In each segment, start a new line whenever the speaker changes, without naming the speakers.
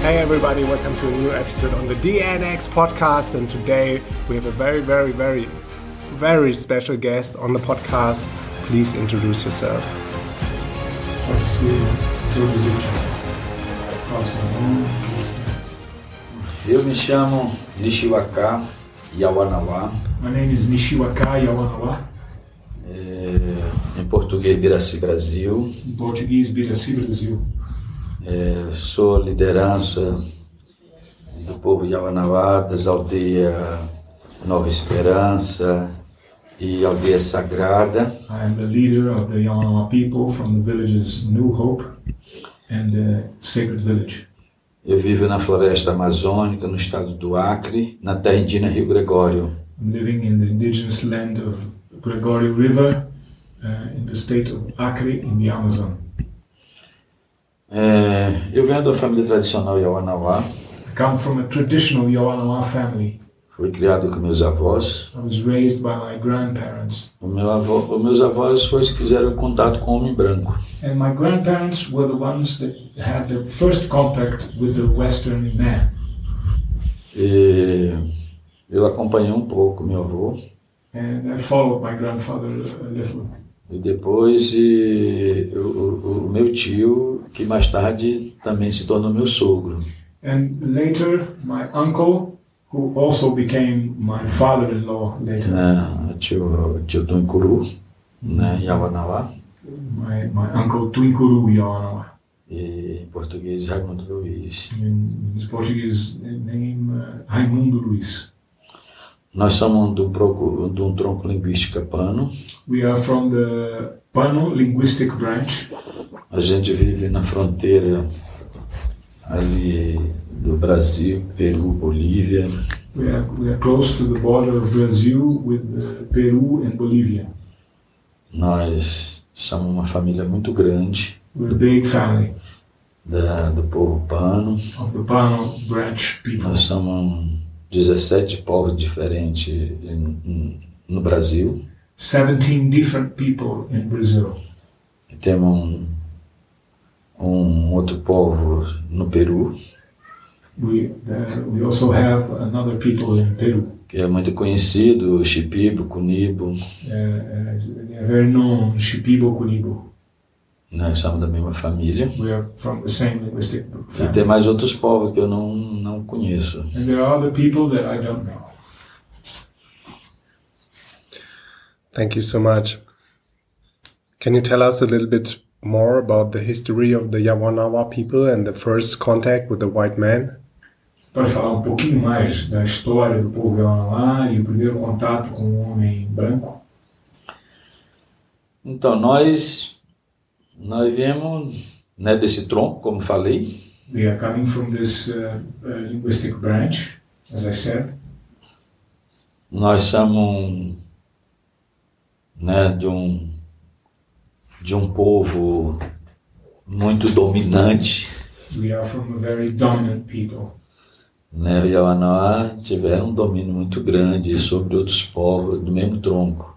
Hey, everybody, welcome to a new episode on the DNX podcast. And today we have a very, very, very, very special guest on the podcast. Please introduce yourself.
Eu me chamo Nishiwaka Yawanawa,
My name is Nishiwaka Yawanawa,
eh, em português Biraci Brasil.
em português Biraci Brasil.
Eh, sou liderança do povo Yawanawá das aldeias Nova Esperança e Aldeia Sagrada.
I am the leader of the Yawanawa people from the villages New Hope and uh, Sacred Village.
Eu vivo na floresta amazônica, no estado do Acre, na terra indígena Rio Gregório.
I'm living in the indigenous land of Gregorio River uh, in the state of Acre in the Amazon.
Eh, eu venho da família tradicional Yawanawá,
I come from a traditional Yawanawa family.
fui criado com meus avós.
I was raised by my grandparents,
O meu avô, os meus avós foram os que fizeram contato com o homem branco.
and my grandparents were the ones that had the first contact with the Western man.
E eu acompanhei um pouco meu avô
And I followed my grandfather a little.
e depois e, o, o- o meu tio, que mais tarde também se tornou meu sogro.
And later, my uncle, who also became my father in law later,
Né? O Tio, o tio do Incuru, né? Yawanawá,
my, my uncle Twinkuru Yawanawa.
e em português Raimundo Luiz.
In in Portuguese name, uh, Raimundo Luiz.
Nós somos de um, proco, de um tronco linguístico pano,
We are from the Pano linguistic branch.
a gente vive na fronteira ali do Brasil, Peru, Bolívia.
We are, we are close to the border of Brazil with uh, Peru and Bolivia.
Nós somos uma família muito grande
We're a big family
da, do povo pano.
of the Pano branch people.
Nós somos 17 povos diferentes em- em- no Brasil.
17 different people in Brazil.
E temos um, um outro povo no Peru,
We, uh, we also have another people in Peru.
que é muito conhecido, Chipibo, Cunibo.
uh, uh, they are very known Shipibo Kunibo.
Nós somos da mesma família.
We are from the same linguistic group
E
family.
tem mais outros povos que eu não, não conheço.
And there are other people that I don't know.
Thank you so much. Can you tell us a little bit more about the history of the Yawanawa people and the first contact with the white man?
Para falar um pouquinho mais da história do povo Yawanawá e o primeiro contato com o homem branco,
Então, nós, nós viemos né, desse tronco, como falei.
we are coming from this uh, uh, linguistic branch, as I said.
nós somos né, de um de um povo muito dominante
We are from a very dominant people.
né o Yawanawá tiveram um domínio muito grande sobre outros povos do mesmo tronco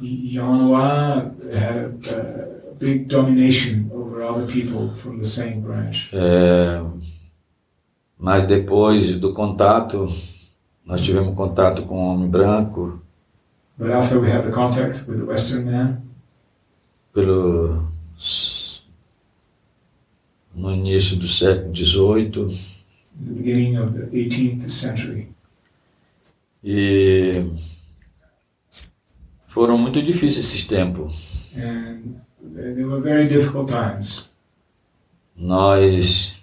Y- Yawanawá had a, a big domination over other people from the same branch.
É, mas depois do contato nós tivemos contato com o homem branco
But after we had the contact with the Western man,
pelo no início do século XVIII
in the beginning of the 18th century,
E foram muito difíceis esses tempos.
and they were very difficult times
Nós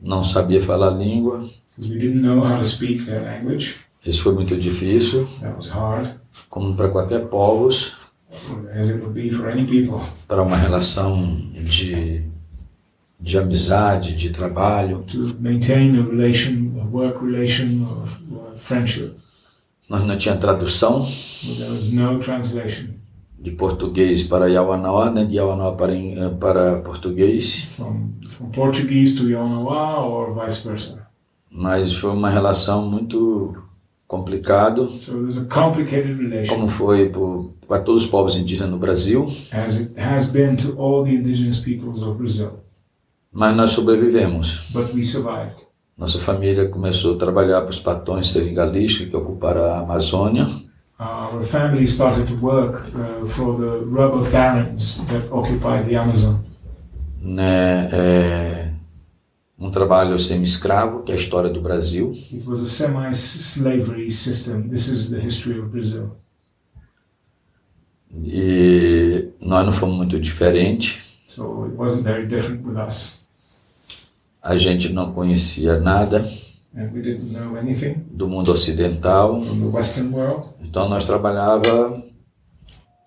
não sabia falar a língua,
because we didn't know how to speak their language.
isso foi muito difícil,
That was hard,
como para qualquer povo,
as it would be for any people,
para uma relação de, de amizade, de trabalho.
to maintain a relation, a work relation, or or friendship.
Nós não tinha tradução
But there was no translation
de português para Yawanawá, nem de Yawanawá para, in- eh, para português,
from, from Portuguese to Yonawa or vice versa.
mas foi uma relação muito complicada,
So it was a complicated relation,
como foi por- para todos os povos indígenas no Brasil.
as it has been to all the indigenous peoples of Brazil.
mas nós sobrevivemos.
but we survived.
Nossa família começou a trabalhar para os patões seringalísticos que ocuparam a Amazônia.
Uh, Our family started to work uh, for the rubber barons that occupied the Amazon.
Né? É, um trabalho semi-escravo, que é a história do Brasil.
It was a semi slavery system. This is the history of Brazil.
E nós não fomos muito diferente.
So it wasn't very different with us.
A gente não conhecia nada
And we didn't know anything
do mundo ocidental.
from the Western world.
Então nós trabalhava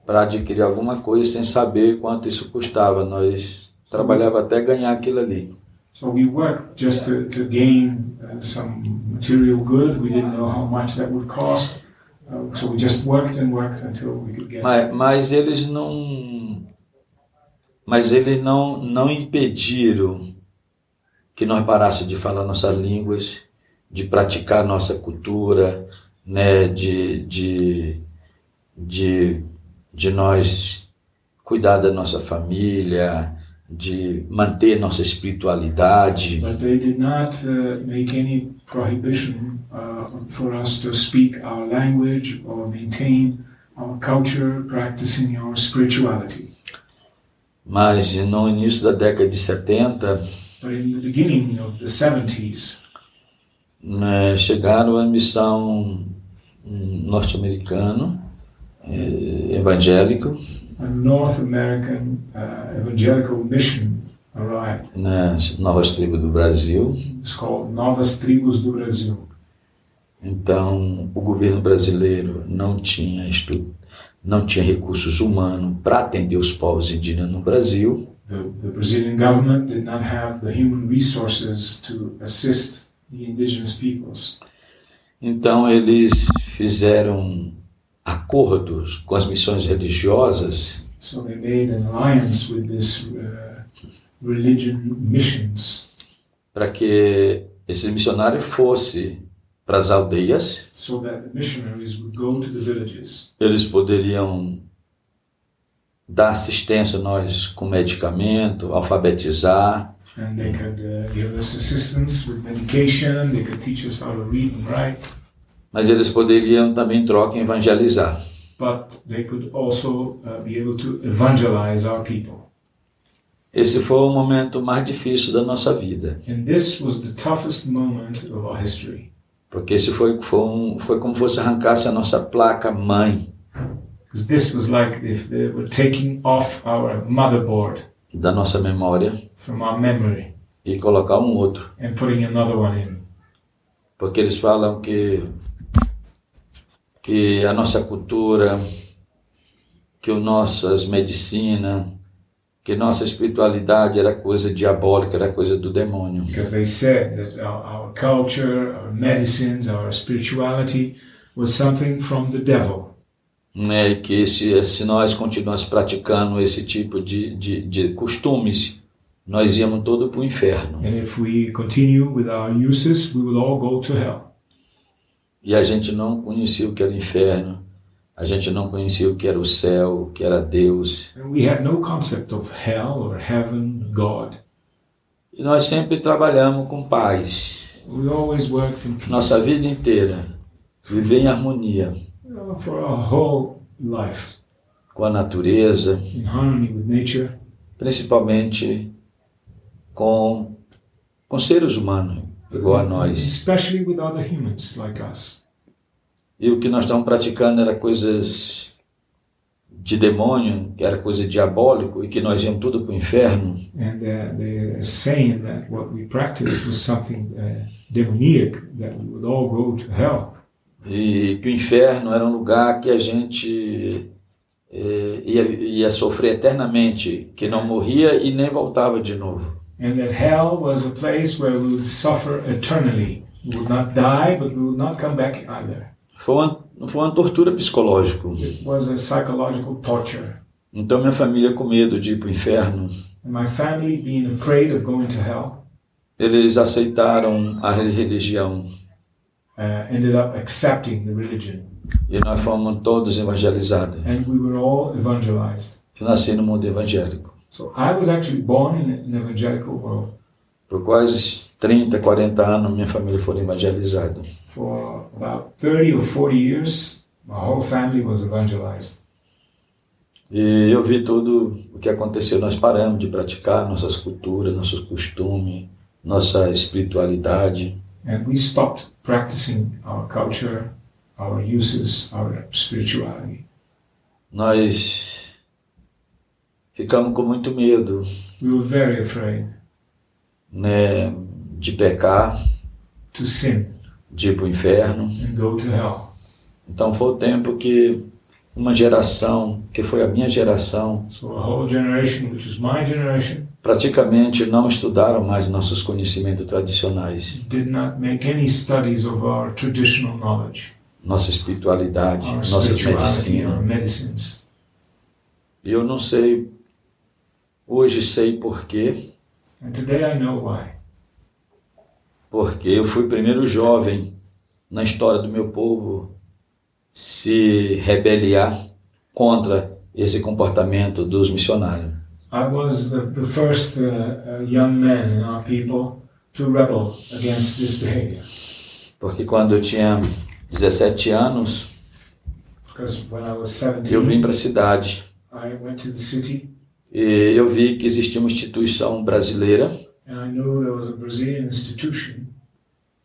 para adquirir alguma coisa sem saber quanto isso custava. Nós trabalhava até ganhar aquilo ali.
So we worked just to, to gain uh, some material good. We didn't know how much that would cost. Uh, so we just worked and worked until we could get
Mas, mas eles não mas eles não não impediram que nós parássemos de falar nossas línguas, de praticar nossa cultura, né, de de de, de nós cuidar da nossa família, de manter nossa espiritualidade.
But they did not uh, make any prohibition uh, for us to speak our language or maintain our culture, practicing our spirituality.
Mas no início da década de 70,
But in the beginning of the 70s,
né, chegaram a missão hum, norte-americana, eh, evangélico,
a North American uh, evangelical mission arrived.
nas novas tribos do Brasil.
It's called Novas Tribos do Brasil.
Então, o governo brasileiro não tinha estu- não tinha recursos humanos para atender os povos indígenas no Brasil.
The, the Brazilian government did not have the human resources to assist the indigenous peoples.
Então, eles fizeram acordos com as missões religiosas
So they made an alliance with this uh, religion missions
para que esse missionário fosse para as aldeias,
so that the missionaries would go to the villages.
eles poderiam dar assistência a nós com medicamento, alfabetizar,
And they could uh, give us assistance with medication, they could teach us how to read and write,
mas eles poderiam também em troca evangelizar.
but they could also uh, be able to evangelize our people.
Esse foi o momento mais difícil da nossa vida,
And this was the toughest moment of our history,
porque esse foi foi, um, foi como fosse arrancasse a nossa placa mãe
because this was like if they were taking off our motherboard
da nossa memória
from our memory
e colocar um outro,
and putting another one in.
porque eles falam que que a nossa cultura, que o nossas medicina, que nossa espiritualidade era coisa diabólica, era coisa do demônio.
because they said that our, our culture, our medicines, our spirituality was something from the devil.
Né? E que se, se nós continuássemos praticando esse tipo de, de, de costumes, nós íamos todo para o inferno.
And if we continue with our uses, we will all go to hell.
E a gente não conhecia o que era inferno, a gente não conhecia o que era o céu, o que era Deus.
And we had no concept of hell or heaven, God.
E nós sempre trabalhamos com paz,
We always worked in peace
nossa vida inteira, viver em harmonia
you know, for our whole life,
com a natureza,
in harmony with nature,
principalmente com, com seres humanos, igual a nós.
especially with other humans like us.
E o que nós estamos praticando era coisas de demônio, que era coisa diabólico, e que nós íamos tudo para o inferno.
And uh, they're saying that what we practiced was something uh, demoniac, that we would all go to hell.
E que o inferno era um lugar que a gente eh, ia, ia sofrer eternamente, que não morria e nem voltava de novo.
and that hell was a place where we would suffer eternally. We would not die, but we would not come back either.
Foi uma, foi uma tortura psicológica.
It was a psychological torture.
Então minha família com medo de ir para o inferno,
And my family, being afraid of going to hell,
eles aceitaram a religião
uh, ended up accepting the religion.
e nós fomos todos evangelizados.
And we were all evangelized.
Eu nasci no mundo evangélico.
So I was actually born in an evangelical world.
Por quase 30, 40 anos, minha família foi evangelizada.
For about 30 or 40 years, my whole family was evangelized.
E eu vi tudo o que aconteceu. Nós paramos de praticar nossas culturas, nossos costumes, nossa espiritualidade.
And we stopped practicing our culture, our uses, our spirituality.
Nós ficamos com muito medo
We were very afraid
né, de pecar,
to sin
de ir para o inferno.
and go to hell.
Então foi o tempo que uma geração, que foi a minha geração,
So a whole generation, which is my generation,
praticamente não estudaram mais nossos conhecimentos tradicionais,
did not make any studies of our traditional knowledge,
nossa espiritualidade,
our
nossas
spirituality, our
medicinas.
medicines.
E eu não sei, hoje sei por quê,
And today I know why.
porque eu fui o primeiro jovem na história do meu povo se rebeliar contra esse comportamento dos missionários.
I was the, the first uh, uh, young man in our people to rebel against this behavior.
Porque quando eu tinha 17 anos,
Because when I was
eu
17,
vim para a cidade
I went to the city
e eu vi que existia uma instituição brasileira
and I knew there was a Brazilian institution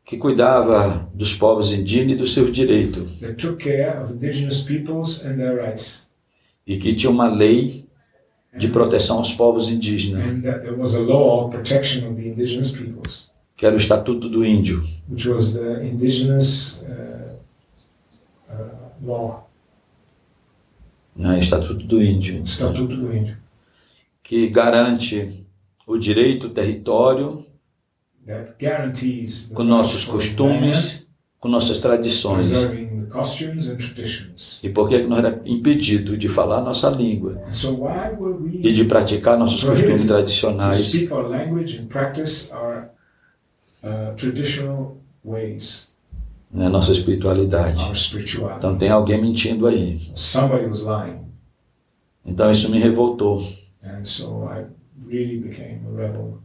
que cuidava dos povos indígenas e dos seus direitos,
that took care of indigenous peoples and their rights.
e que tinha uma lei de proteção aos povos indígenas,
And that there was a law of protection of the indigenous peoples,
que era o Estatuto do Índio.
which was the indigenous uh, uh, law,
né, Estatuto do Índio,
Estatuto do Índio,
que garante o direito, o território,
that guarantees the
com nossos
rights of man,
costumes, com nossas tradições.
preserving the costumes and traditions.
E por que que nós era impedido de falar nossa língua
And so why were we
e de praticar nossos costumes
to
tradicionais?
speak our language and practice our uh, traditional ways,
né, nossa espiritualidade.
our spirituality?
Então tem alguém mentindo aí.
Somebody was lying,
Então isso me revoltou.
and so I really became a rebel,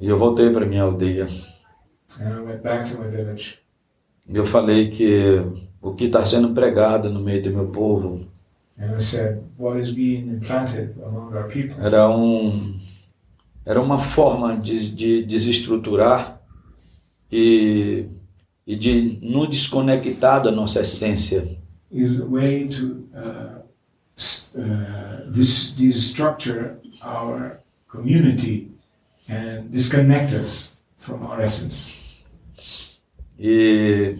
E eu voltei para minha aldeia.
and I went back to my village,
E eu falei que o que está sendo pregado no meio do meu povo
and I said, "What is being implanted among our people
era um era uma forma de, de desestruturar e, e de nos desconectar da nossa essência.
is a way to uh, s- uh, dis- destructure our community and disconnect us from our essence."
E,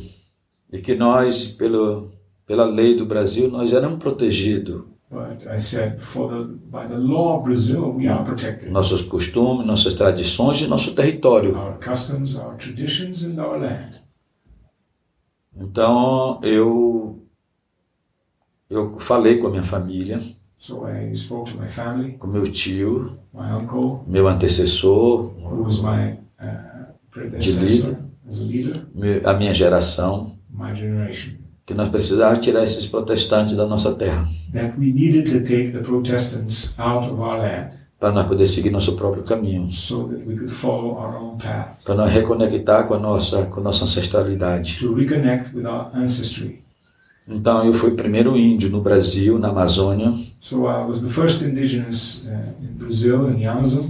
e que nós, pelo, pela lei do Brasil, nós éramos protegidos.
But I said, for the, by the law of Brazil, we are protected.
Nossos costumes, nossas tradições e nosso território.
Our customs, our traditions, and our land.
Então eu eu falei com a minha família,
So I spoke to my family,
com meu tio,
my uncle,
meu antecessor,
who was my uh, predecessor as a leader,
me- a minha geração,
my generation,
que nós precisávamos tirar esses protestantes da nossa terra
that we needed to take the Protestants out of our land
para nós poder seguir nosso próprio caminho,
so that we could follow our own path,
para nós reconectar com a nossa com a nossa ancestralidade.
to reconnect with our ancestry.
Então eu fui o primeiro índio no Brasil, na Amazônia,
So I was the first indigenous uh, in Brazil, in the Amazon,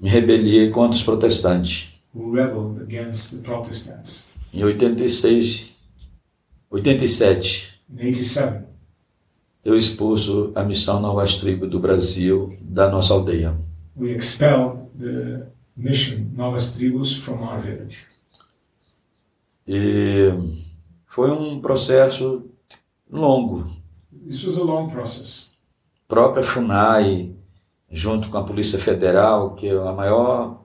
me rebeliei contra os protestantes.
who rebelled against the Protestants.
Em 86 87
In 87,
eu expulso a missão Novas Tribos do Brasil da nossa aldeia.
we expelled the mission Novas Tribos from our village.
E foi um processo longo.
This was a long process.
Própria FUNAI, junto com a Polícia Federal, que é a maior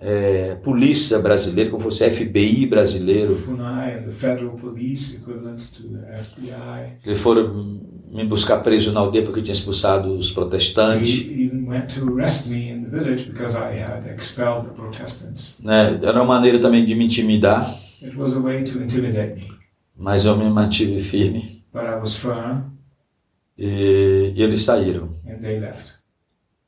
eh, polícia brasileira, como fosse FBI
The
brasileiro,
FUNAI and the federal police, equivalent to the FBI,
eles foram me buscar preso na aldeia porque eu tinha expulsado os
they
protestantes.
e-, even went to arrest me in the village because I had expelled the Protestants.
Né? Era uma maneira também de me intimidar,
It was a way to intimidate me,
mas eu me mantive firme
but I was firm
e, e eles saíram.
and they left.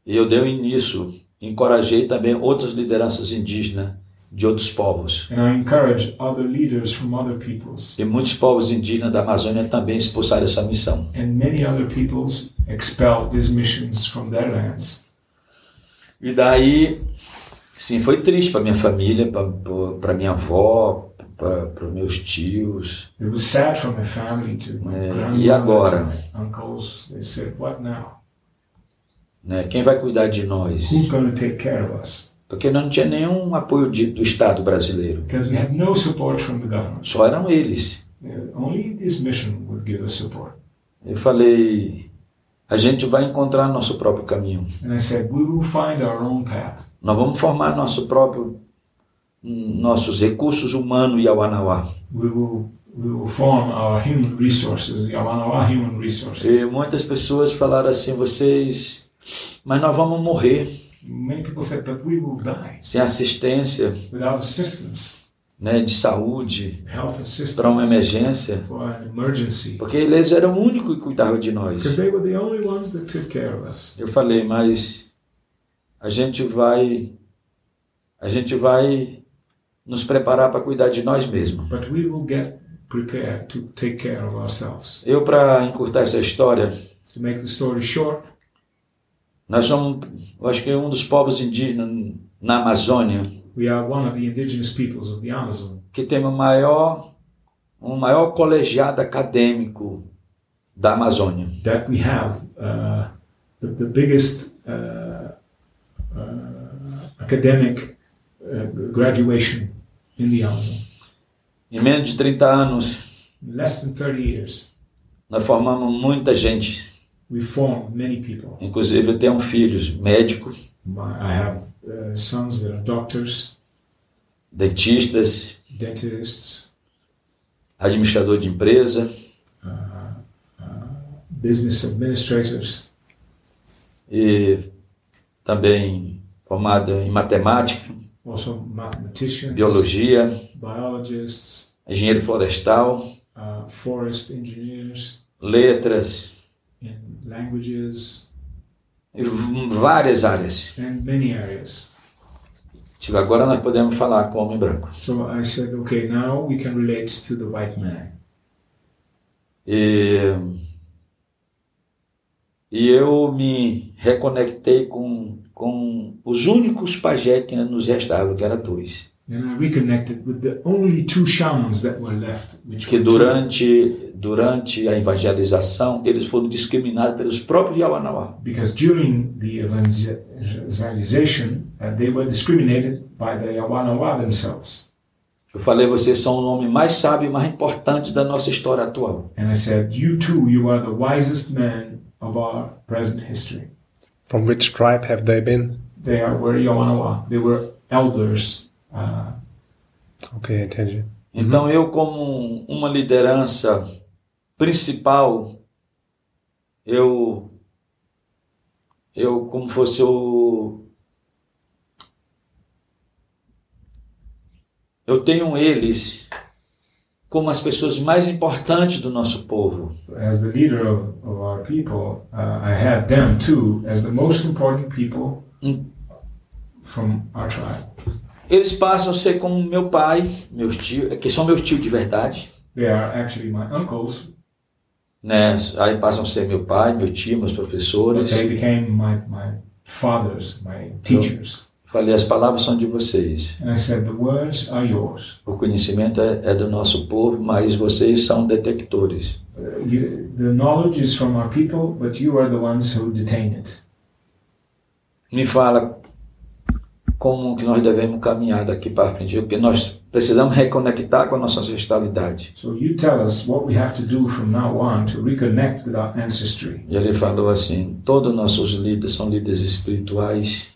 E eu dei um início, encorajei também outras lideranças indígenas de outros povos.
And I encourage other leaders from other peoples.
E muitos povos indígenas da Amazônia também expulsaram essa missão.
And many other peoples expelled these missions from their lands.
E daí, sim, foi triste para minha família, para minha avó, para meus tios.
It was sad for my family too. My
É, e
grandmother,
agora?
my uncles, they said, what now?
Né? Quem vai cuidar de nós?
Who's going to take care of us?
Porque não tinha nenhum apoio de- do Estado brasileiro.
Because we had no support from the government.
Só eram eles.
Uh, Only this mission would give us support.
Eu falei, a gente vai encontrar nosso próprio caminho.
And I said, we will find our own path.
Nós vamos formar nosso próprio nossos recursos humanos e Yawanawá.
We will, we will form our human resources, Yamanawa human resources.
E muitas pessoas falaram assim, vocês, mas nós vamos morrer
Many people said, but we will die
sem assistência,
without assistance,
né, de saúde
health
para
assistance,
uma emergência,
for an emergency.
porque eles eram o único que cuidava de nós.
Because they were the only ones that took care of us.
Eu falei, mas a gente vai a gente vai nos preparar para cuidar de nós mesmos.
But we will get prepared to take care of ourselves.
Eu para encurtar essa história,
To make the story short,
nós somos, eu acho que um dos povos indígenas na Amazônia
we are one of the indigenous peoples of the Amazon.
que tem o maior o maior colegiado acadêmico da Amazônia.
That we have uh, the, the biggest uh, uh, academic uh, graduation in the Amazon.
Em menos de 30 anos,
In less than 30 years,
nós formamos muita gente.
we formed many people.
Inclusive, eu tenho um filho médico,
My, I have uh, sons that are doctors,
dentistas,
dentists,
administrador de empresa,
business administrators,
e também formado em matemática,
also mathematicians,
biologia,
biologists,
engenheiro florestal,
uh, forest engineers
letras
in languages
e v- várias áreas.
and many areas.
Tipo, agora nós podemos falar com o homem branco.
So I said, okay, now we can relate to the white man.
E, e eu me reconectei com, com os únicos pajé que nos restavam, que eram dois.
And I reconnected with the only two shamans that were left, which
Que
were
durante, durante a evangelização, eles foram discriminados pelos próprios Yawanawá.
two- because during the evangelization, uh, they were discriminated by the Yawanawa themselves.
Eu falei, vocês são o nome mais sábio e mais importante da nossa história atual.
And I said, you too, you are the wisest man of our present history.
From which tribe have they been?
They are, were Yawanawa. They were elders uh,
Okay, attention.
Então eu como uma liderança principal, eu eu como fosse o eu tenho eles como as pessoas mais importantes do nosso povo.
as the leader of, of our people, uh, I had them too as the most important people
Mm.
from our tribe.
Eles passam a ser como meu pai, meus tios, que são meus tios de verdade,
They are actually my uncles,
né? Aí passam a ser meu pai, meu tio, meus
but
professores.
they became my, my fathers, my teachers.
Falei, as palavras são de vocês.
And I said, The words are yours.
O conhecimento é, é do nosso povo, mas vocês são detectores.
Uh, you, the knowledge is from our people, but you are the ones who detain it.
Me fala como que nós devemos caminhar daqui para frente, porque nós precisamos reconectar com a nossa ancestralidade.
So you tell us what we have to do from now on to reconnect with our ancestry.
E ele falou assim: todos os nossos líderes são líderes espirituais.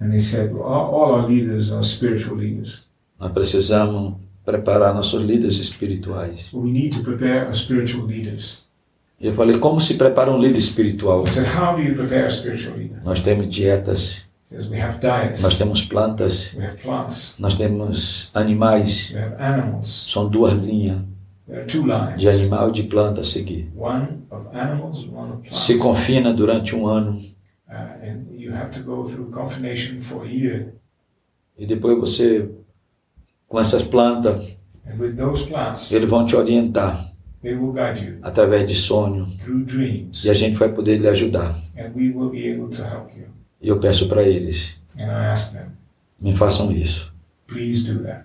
And he said, well, all, all our leaders are spiritual leaders.
Nós precisamos preparar nossos líderes espirituais.
We need to prepare our spiritual leaders.
E eu falei: como se prepara um líder espiritual?
I said, How do you prepare a spiritual leader?
Nós temos dietas,
He says, We have
nós
diets,
temos plantas,
we have plants,
nós temos animais.
we have animals.
São duas linhas
There are two
de
lines
animal e de planta a seguir.
one of animals, one of
se
plants.
confina durante um ano
Uh, and you have to go through confirmation for a year.
E depois você, com essas plantas,
And with those plants,
eles vão te orientar
they will guide you
através de sonho
through dreams.
e a gente vai poder lhe ajudar.
And we will be able to help you.
E eu peço para eles,
And I asked them,
me façam isso.
please do that.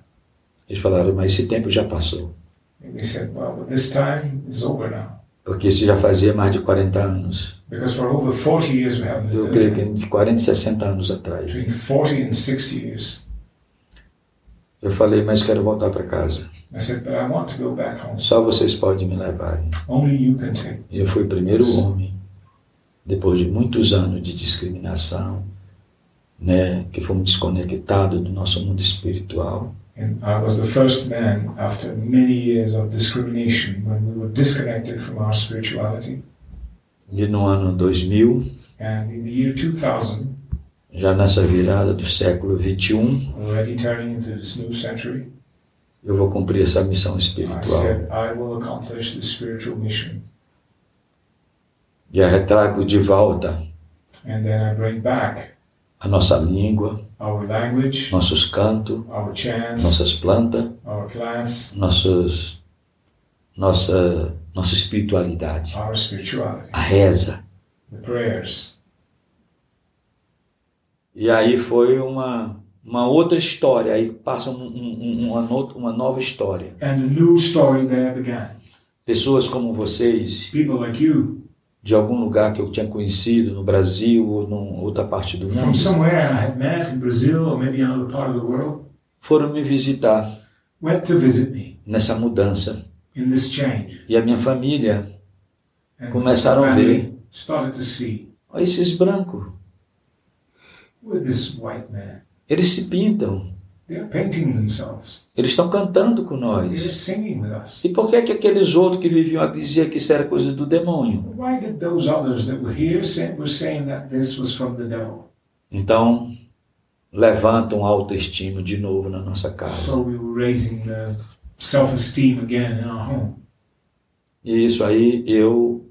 Eles falaram, mas esse tempo já passou,
And they said, well, but this time is over now.
porque isso já fazia mais de 40 anos.
Because for over 40 years we haven't
Eu
lived
creio que de 40, 60 anos atrás.
between 40 and 60 years.
Eu falei, mas quero voltar para casa.
I said, but I want to go back home.
Só vocês podem me levarem.
Only you can take. me."
E Eu fui o primeiro homem, depois de muitos anos de discriminação, né, que fomos desconectados do nosso mundo espiritual.
And I was the first man after many years of discrimination when we were disconnected from our spirituality.
E no ano 2000,
And in the year 2000,
já nessa virada do século 21,
already turning into this new century,
eu vou cumprir essa missão
I
espiritual.
said, I will accomplish the spiritual mission.
E aí trago de volta
And then I bring back
a nossa língua,
our language,
nossos cantos,
our chants,
nossas plantas,
our plants,
nossos, nossa, nossa espiritualidade,
our spirituality,
a reza.
the prayers.
E aí foi uma, uma outra história, aí passa um- um- um- uma, no- uma nova história.
And a new story there began.
Pessoas como vocês,
People like you,
de algum lugar que eu tinha conhecido no Brasil ou em outra parte do
from
mundo,
somewhere I had met in Brazil or maybe another part of the world,
foram me visitar
went to visit me
nessa mudança.
in this change.
E a minha família,
And
Começaram a
family
ver.
started to see
olha esses brancos,
with this white man.
eles se pintam,
They are painting themselves.
eles estão cantando com
They are
nós.
singing with us.
E por que, que aqueles outros que viviam aqui diziam que isso era coisa do demônio?
Why did those others that were here say, were saying that this was from the devil?
Então, levantam a autoestima de novo na nossa casa.
So we were raising the self-esteem again in our home.
E isso aí eu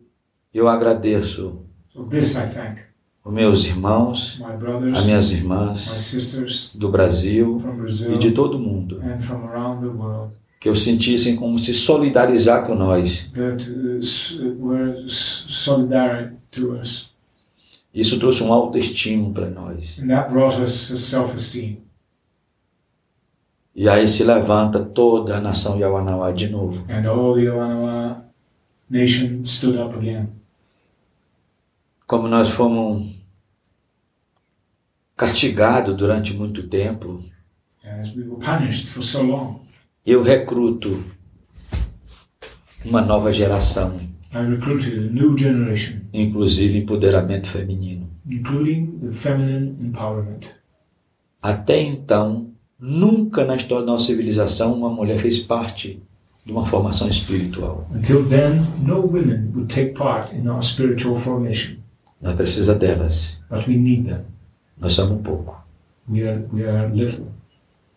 eu agradeço
So this I thank
os meus irmãos,
my
as
brothers, my
minhas irmãs
sisters
do Brasil
from
e de
Brazil
todo mundo
and from around the world
que eu sentissem como se solidarizar com nós.
that uh, s- were s- solidary to us.
Isso trouxe um autoestima para nós.
And that brought us a self-esteem.
E aí se levanta toda a nação Yawanawá de novo.
And all the Oanawa nation stood up again.
Como nós fomos castigados durante muito tempo,
as we were punished for so long.
eu recruto uma nova geração,
I recruited a new generation,
inclusive empoderamento feminino.
including the feminine empowerment.
Até então, nunca na história da nossa civilização uma mulher fez parte de uma formação espiritual.
Until then, no women would take part in our spiritual formation,
Nós precisa delas.
but we need them.
Nós somos um pouco.
We are, we are little.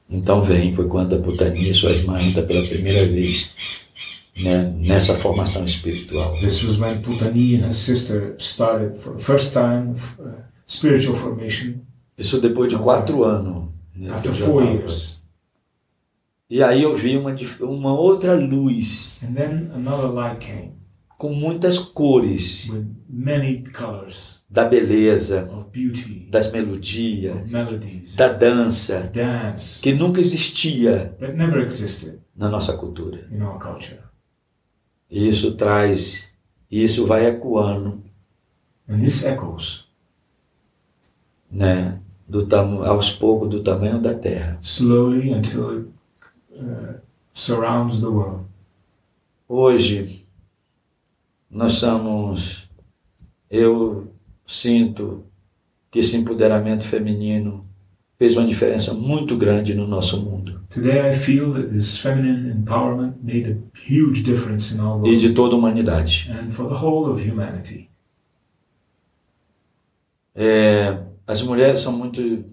Então vem, foi quando a Butania, sua irmã, entra pela primeira vez né, nessa formação espiritual.
This was when Putani and her sister started for the first time uh, spiritual formation
Isso depois de quatro anos. né,
after
que eu já
four
tava.
years.
E aí eu vi uma, dif- uma outra luz,
And then another light came
com muitas cores,
with many colors
da beleza,
of beauty,
das melodias,
of melodies,
da dança,
dance
que nunca existia
that never existed
na nossa cultura.
in our culture.
E Isso traz, e isso vai ecoando,
And this echoes
né? Do tamo, aos poucos do tamanho da terra.
slowly until it uh, surrounds the world.
Hoje, nós somos, eu sinto que esse empoderamento feminino fez uma diferença muito grande no nosso mundo
Today, I feel that this feminine empowerment made a huge difference in our
e
world
de toda a humanidade.
and for the whole of humanity.
É, as mulheres são muito,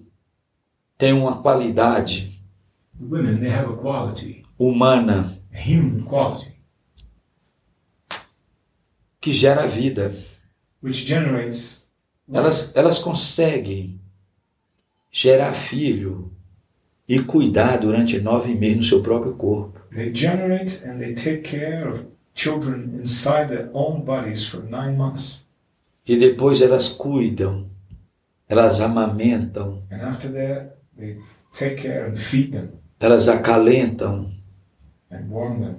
têm uma qualidade
The women, they have a quality,
humana
a human quality,
que gera vida.
which generates
Elas, elas conseguem gerar filho e cuidar durante nove meses no seu próprio corpo.
They generate and they take care of children inside their own bodies for nine months.
E depois elas cuidam, elas amamentam,
And after that, they take care and feed them
elas acalentam,
and warm them,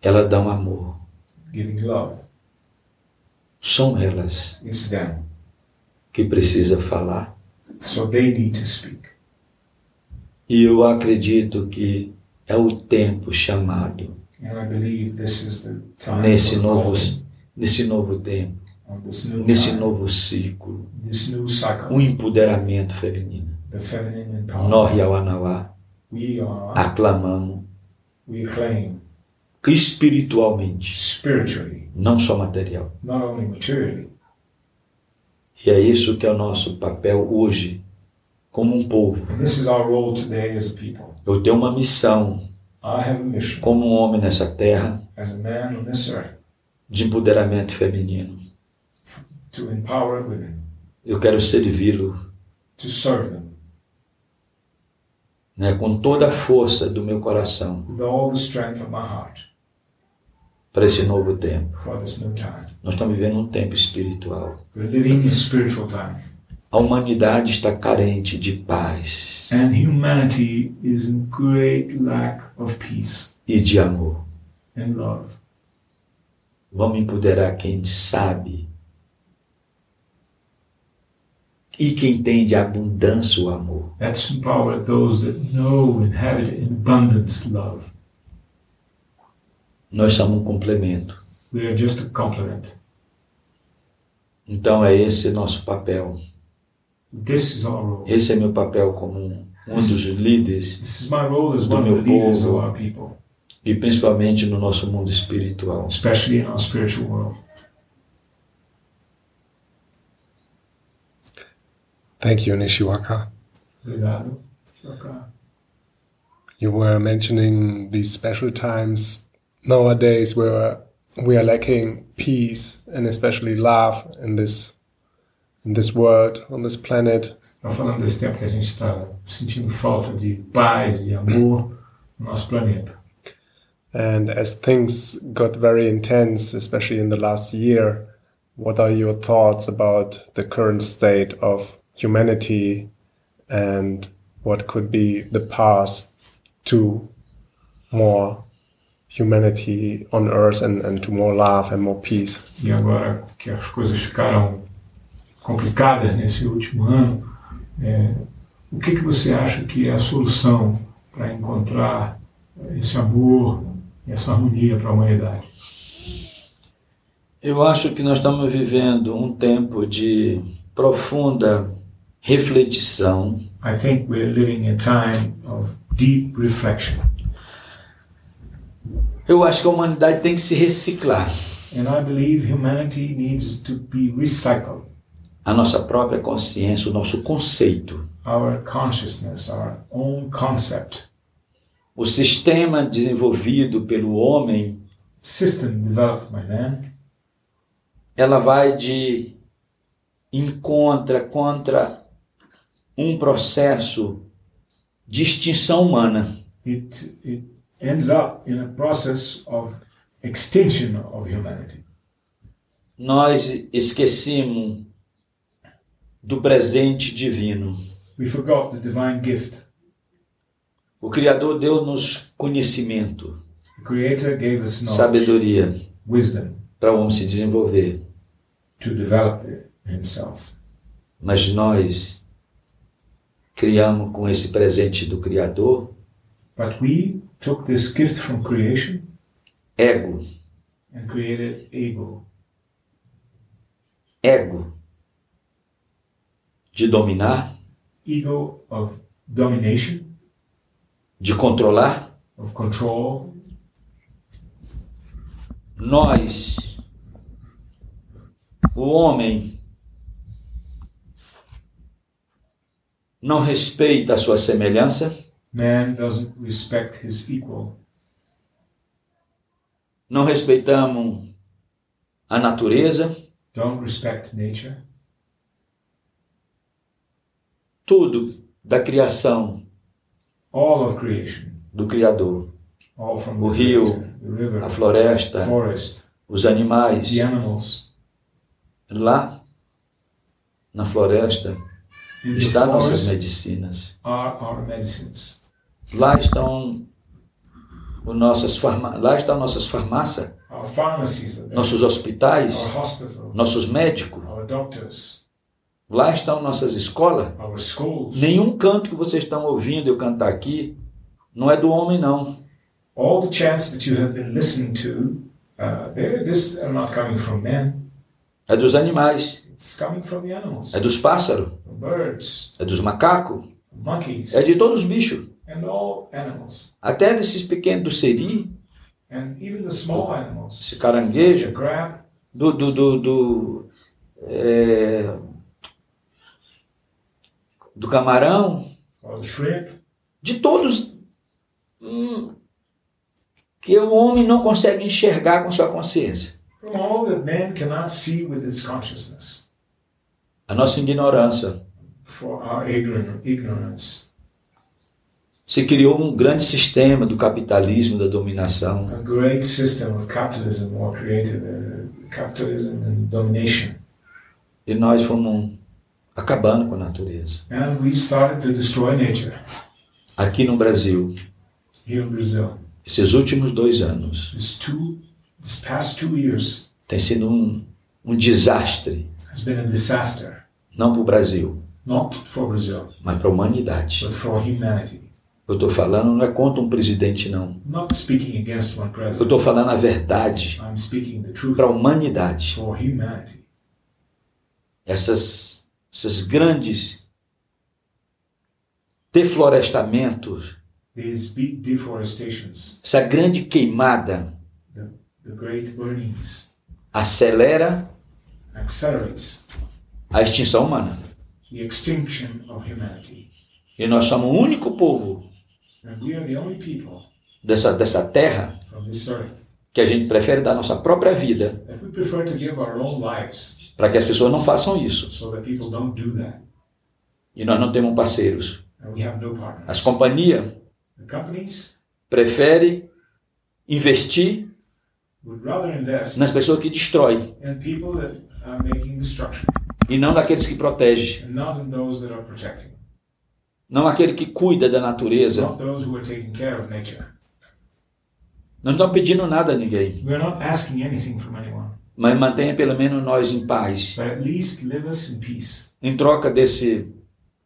elas dão amor.
giving love.
São elas
It's them.
que precisam falar.
So they need to speak.
E eu acredito que é o tempo chamado
And I believe this is the time
nesse
for
novo,
calling
nesse novo tempo,
on this new
nesse
time,
novo ciclo,
this new cycle,
um empoderamento feminino.
the feminine empowerment.
Nós, Yawanawá,
We are,
aclamamos
we claim
espiritualmente,
spiritually,
não só material.
not only materially.
E é isso que é o nosso papel hoje, como um povo.
And this is our role today as a people.
Eu tenho uma missão,
I have a mission
como um homem nessa terra,
as a man on this earth
de empoderamento feminino.
to empower women,
Eu quero servi-lo
to serve them
né, com toda a força do meu coração
with all the strength of my heart
para esse novo tempo.
for this new time.
Nós estamos vivendo um tempo espiritual.
We're living a spiritual time.
A humanidade está carente de paz
And humanity is in great lack of peace
e de amor.
and love.
Vamos empoderar quem sabe e quem tem de abundância o amor.
Let's empower those that know and have it in abundance love.
Nós somos um complemento.
We are just a complement.
Então é esse nosso papel.
This is our role.
Esse é meu papel como um um dos líderes
This is my role as one of the
Do meu
leaders of
povo.
our people,
e principalmente no nosso mundo espiritual.
especially in our spiritual world.
Thank you, Nishiwaka.
Obrigado. Shaka.
You were mentioning these special times nowadays where we are lacking peace and especially love in this in this world, on this planet.
Nós falando desse tempo que a gente está sentindo falta de paz e amor no nosso planeta.
And as things got very intense, especially in the last year, what are your thoughts about the current state of humanity and what could be the path to more humanity on Earth and, and to more love and more peace?
E agora que as coisas ficaram complicadas nesse último ano, é, o que, que você acha que é a solução para encontrar esse amor e essa harmonia para a humanidade?
Eu acho que nós estamos vivendo um tempo de profunda reflexão
I think we're living a time of deep reflection.
eu acho que a humanidade tem que se reciclar.
And I believe humanity needs to be recycled.
A nossa própria consciência, o nosso conceito.
Our consciousness, our own concept,
O sistema desenvolvido pelo homem
system developed by man,
ela vai de encontra contra um processo de extinção humana.
it, it ends up in a process of extinction of humanity.
Nós esquecemos do presente divino.
We forgot the divine gift.
O Criador deu-nos conhecimento,
The Creator gave us knowledge,
sabedoria
wisdom
para o homem se desenvolver,
to develop it himself.
mas nós criamos com esse presente do Criador
But we took this gift from creation
ego,
and created ego,
ego de dominar,
ego of domination,
de controlar,
of control.
nós, o homem, não respeita a sua semelhança,
Man doesn't respect his equal.
não respeitamos a natureza,
Don't respect nature.
tudo da criação
all of creation,
do Criador.
all from
O
the
rio,
creator, the river,
A
the
floresta,
forest,
os animais.
the animals.
Lá, na floresta,
In the
estão nossas
forest
medicinas.
are our medicines.
Lá estão o nossas farma... lá estão nossas farmácias,
Our pharmacies are there.
nossos
our
hospitais,
hospitals,
nossos médicos.
our doctors,
Lá estão nossas escolas.
our schools.
Nenhum canto que vocês estão ouvindo eu cantar aqui não é do homem, não.
All the chants that you have been listening to, uh, they're this are not coming from men.
É dos animais,
It's coming from the animals,
é dos pássaros,
from birds,
é dos macacos,
monkeys,
é de todos os bichos.
and all animals,
Até desses pequenos do seri,
and even the small animals.
esse
The
caranguejo,
crab,
do. do, do, do é, do camarão,
or the shrimp,
de todos hum, que o homem não consegue enxergar com sua consciência.
from all that man cannot see with his consciousness,
A nossa ignorância.
for our ignoran- ignorance.
Se criou um grande sistema do capitalismo, da dominação.
A great system of capitalism or creative uh, capitalism and domination.
E nós fomos acabando com a natureza.
And we started to destroy nature
Aqui no Brasil,
here in Brazil.
esses últimos dois anos,
This two, this past two years
tem sido um, um desastre.
has been a disaster,
Não para o Brasil,
not for Brazil,
mas para a humanidade.
but for humanity.
Eu estou falando não é contra um presidente, não.
I'm not speaking against one
Eu
president.
estou falando a verdade
I'm speaking the truth
para a humanidade.
for humanity.
essas, essas grandes deflorestamentos,
These big deforestations,
essa grande queimada
the, the great burnings,
acelera
accelerates
a extinção humana.
the extinction of humanity.
E nós somos o único povo
And we are the only people
dessa, dessa terra
from this earth
que a gente prefere dar nossa própria vida
that we prefer to give our own lives
para que as pessoas não façam isso.
so that people don't do that.
E nós não temos parceiros.
And we have no partner.
As companhias
The companies
preferem investir
would rather invest
nas pessoas que destroem
in people that are making destruction
e não naqueles que protegem,
and not in those that are protecting,
não aquele que cuida da natureza.
not those who are taking care of nature.
Nós não estamos pedindo nada a ninguém.
We're not asking anything from anyone,
mas mantenha pelo menos nós em paz,
but at least live us in peace.
em troca desse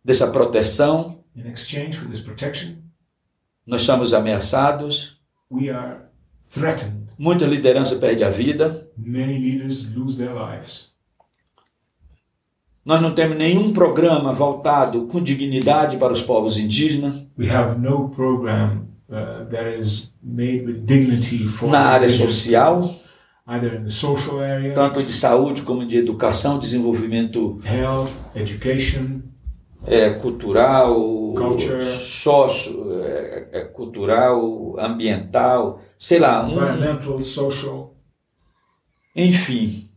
dessa proteção.
In exchange for this protection,
Nós somos ameaçados,
we are threatened.
muita liderança perde a vida.
Many leaders lose their lives.
Nós não temos nenhum programa voltado com dignidade para os povos indígenas
We have no program uh, that is made with dignity for
na área
individuals,
social,
either in the social area,
tanto de saúde como de educação, desenvolvimento
health, education,
é, cultural,
Culture.
sócio, é, é, cultural, ambiental, sei lá, um,
environmental, social.
enfim,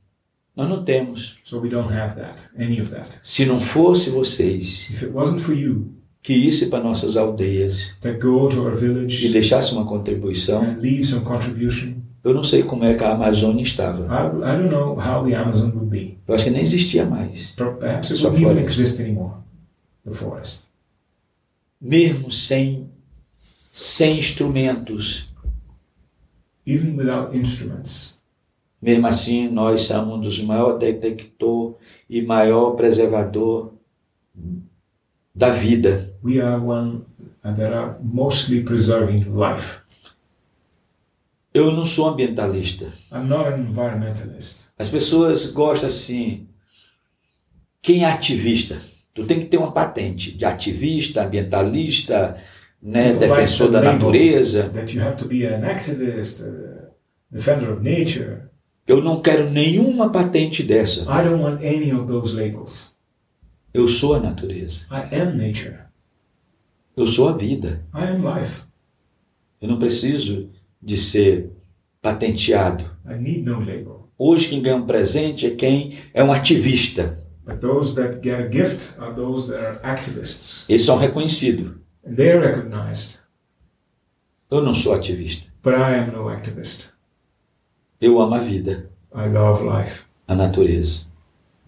nós não temos.
So we don't have that, any of that.
Se não fosse vocês
If it wasn't for you
que isso para nossas aldeias
that go to our village
e deixasse uma contribuição.
and leave some contribution,
Eu não sei como é que a Amazônia estava.
I, I don't know how the Amazon would be.
Eu acho que nem existia mais.
Per- Perhaps it
Só
wouldn't even
floresta.
exist anymore, the forest.
Mesmo sem, sem instrumentos,
Even without instruments.
mesmo assim nós somos um dos maiores detector e maior preservador da vida.
We are one that are mostly preserving life.
Eu não sou ambientalista.
I'm not an environmentalist.
As pessoas gostam assim. Quem é ativista? Tu tem que ter uma patente de ativista, ambientalista, né,
People like
defensor
the
da
label.
natureza.
That you have to be an activist, a defender of nature.
Eu não quero nenhuma patente dessa.
I don't want any of those labels.
Eu sou a natureza.
I am nature.
Eu sou a vida.
I am life.
Eu não preciso de ser patenteado.
I need no label.
Hoje quem ganha um presente é quem é um ativista.
But those that get a gift are those that are activists.
Eles são reconhecidos.
And they are recognized.
Eu não sou ativista.
But I am no activist.
Eu amo a vida,
I love life,
a natureza,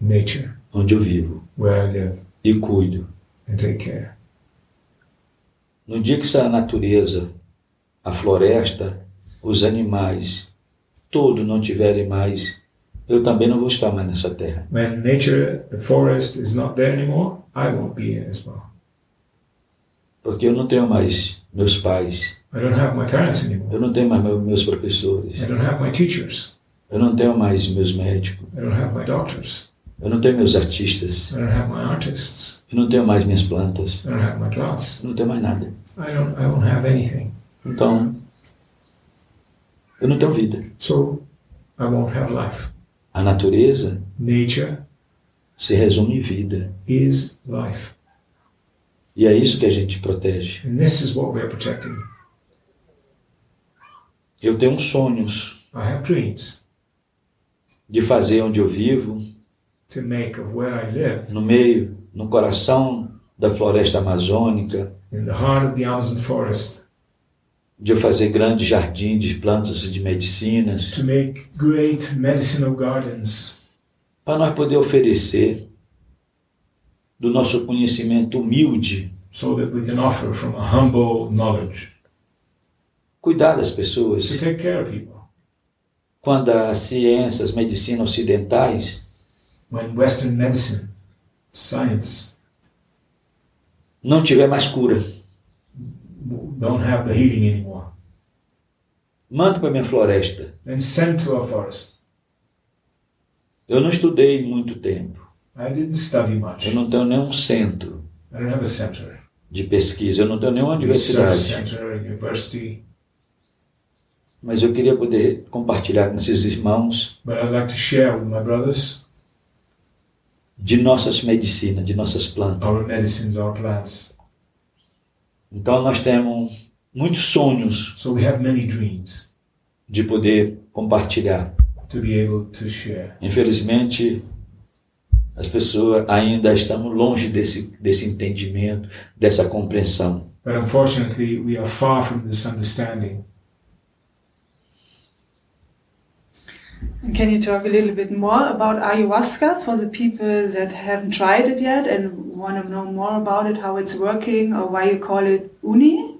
nature,
onde eu vivo
where I live,
e cuido.
and take care.
No dia que essa natureza, a floresta, os animais, tudo não tiverem mais, eu também não vou estar mais nessa terra.
When nature, the forest is not there anymore, I won't be here as well.
Porque eu não tenho mais meus pais,
I don't have my parents anymore.
eu não tenho mais meu- meus professores,
I don't have my teachers.
eu não tenho mais meus médicos,
I don't have my doctors.
eu não tenho meus artistas,
I don't have my artists.
eu não tenho mais minhas plantas,
I don't have my plants.
eu não tenho mais nada.
I don't. I won't have anything.
Então, eu não tenho vida.
So, I won't have life.
A natureza
Nature
se resume em vida.
is life,
E é isso que a gente protege.
and this is what we are protecting.
Eu tenho sonhos
I have dreams
de fazer onde eu vivo,
to make of where I live
no meio, no coração da floresta amazônica,
in the heart of the Amazon forest,
de eu fazer grandes jardins de plantas e de medicinas,
to make great medicinal gardens,
para nós poder oferecer do nosso conhecimento humilde,
so that we can offer from a humble knowledge
cuidar das pessoas.
to take care of people.
Quando as ciências, medicina ocidentais
When Western medicine, science,
não tiver mais cura,
w- don't have the healing anymore,
manda para minha floresta.
then send to a forest.
Eu não estudei muito tempo.
I didn't study much.
Eu não tenho nenhum centro
I don't have a center.
de pesquisa, eu não tenho nenhuma
Research
universidade.
center, university.
Mas eu queria poder compartilhar com esses irmãos
But I'd like to share with my brothers
de nossas medicinas, de nossas plantas.
our medicines, our plants.
Então nós temos muitos sonhos
So we have many dreams
de poder compartilhar.
to be able to share.
Infelizmente, as pessoas ainda estão longe desse, desse entendimento, dessa compreensão.
But unfortunately, we are far from this understanding.
And Can you talk a little bit more about ayahuasca for the people that haven't tried it yet and want to know more about it, how it's working, or why you call it uni